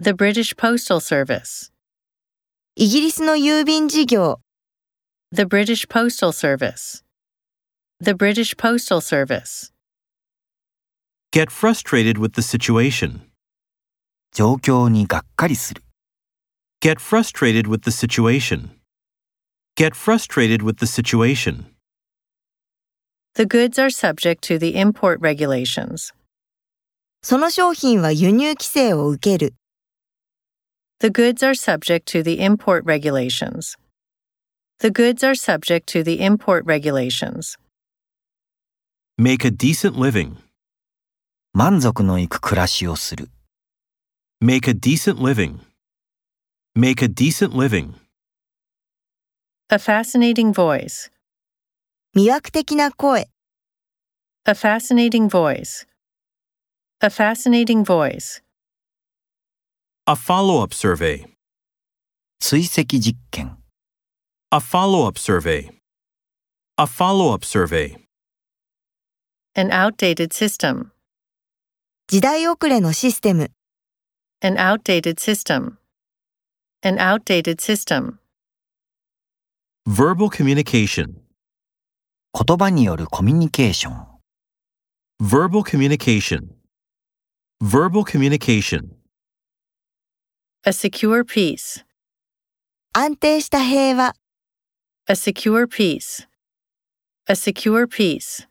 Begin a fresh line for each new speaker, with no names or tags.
The British Postal Service.
イギリスの郵便事業、
The British Postal Service. The British Postal Service.
Get frustrated with the situation.
状況にがっかりする。
Get frustrated with the situation. Get frustrated with the situation.
The goods are subject to the import regulations.
その商品は輸入規制を受ける。
The goods are subject to the import regulations. The goods are subject to the import regulations.
Make a decent living.
満足のいく暮らしをする。
Make a decent living. Make a decent living.
A fascinating voice.
魅惑的な声、
A fascinating voice. A fascinating voice.
A follow up survey.
追跡実験。
A follow up survey. A follow up survey.
An outdated system.
時代遅れのシステム、
An outdated system. An outdated system.
Verbal communication.
言葉によるコミュニケーション。
Verbal communication. Verbal communication.
A secure peace.
安定した平和。
A secure peace. A secure peace.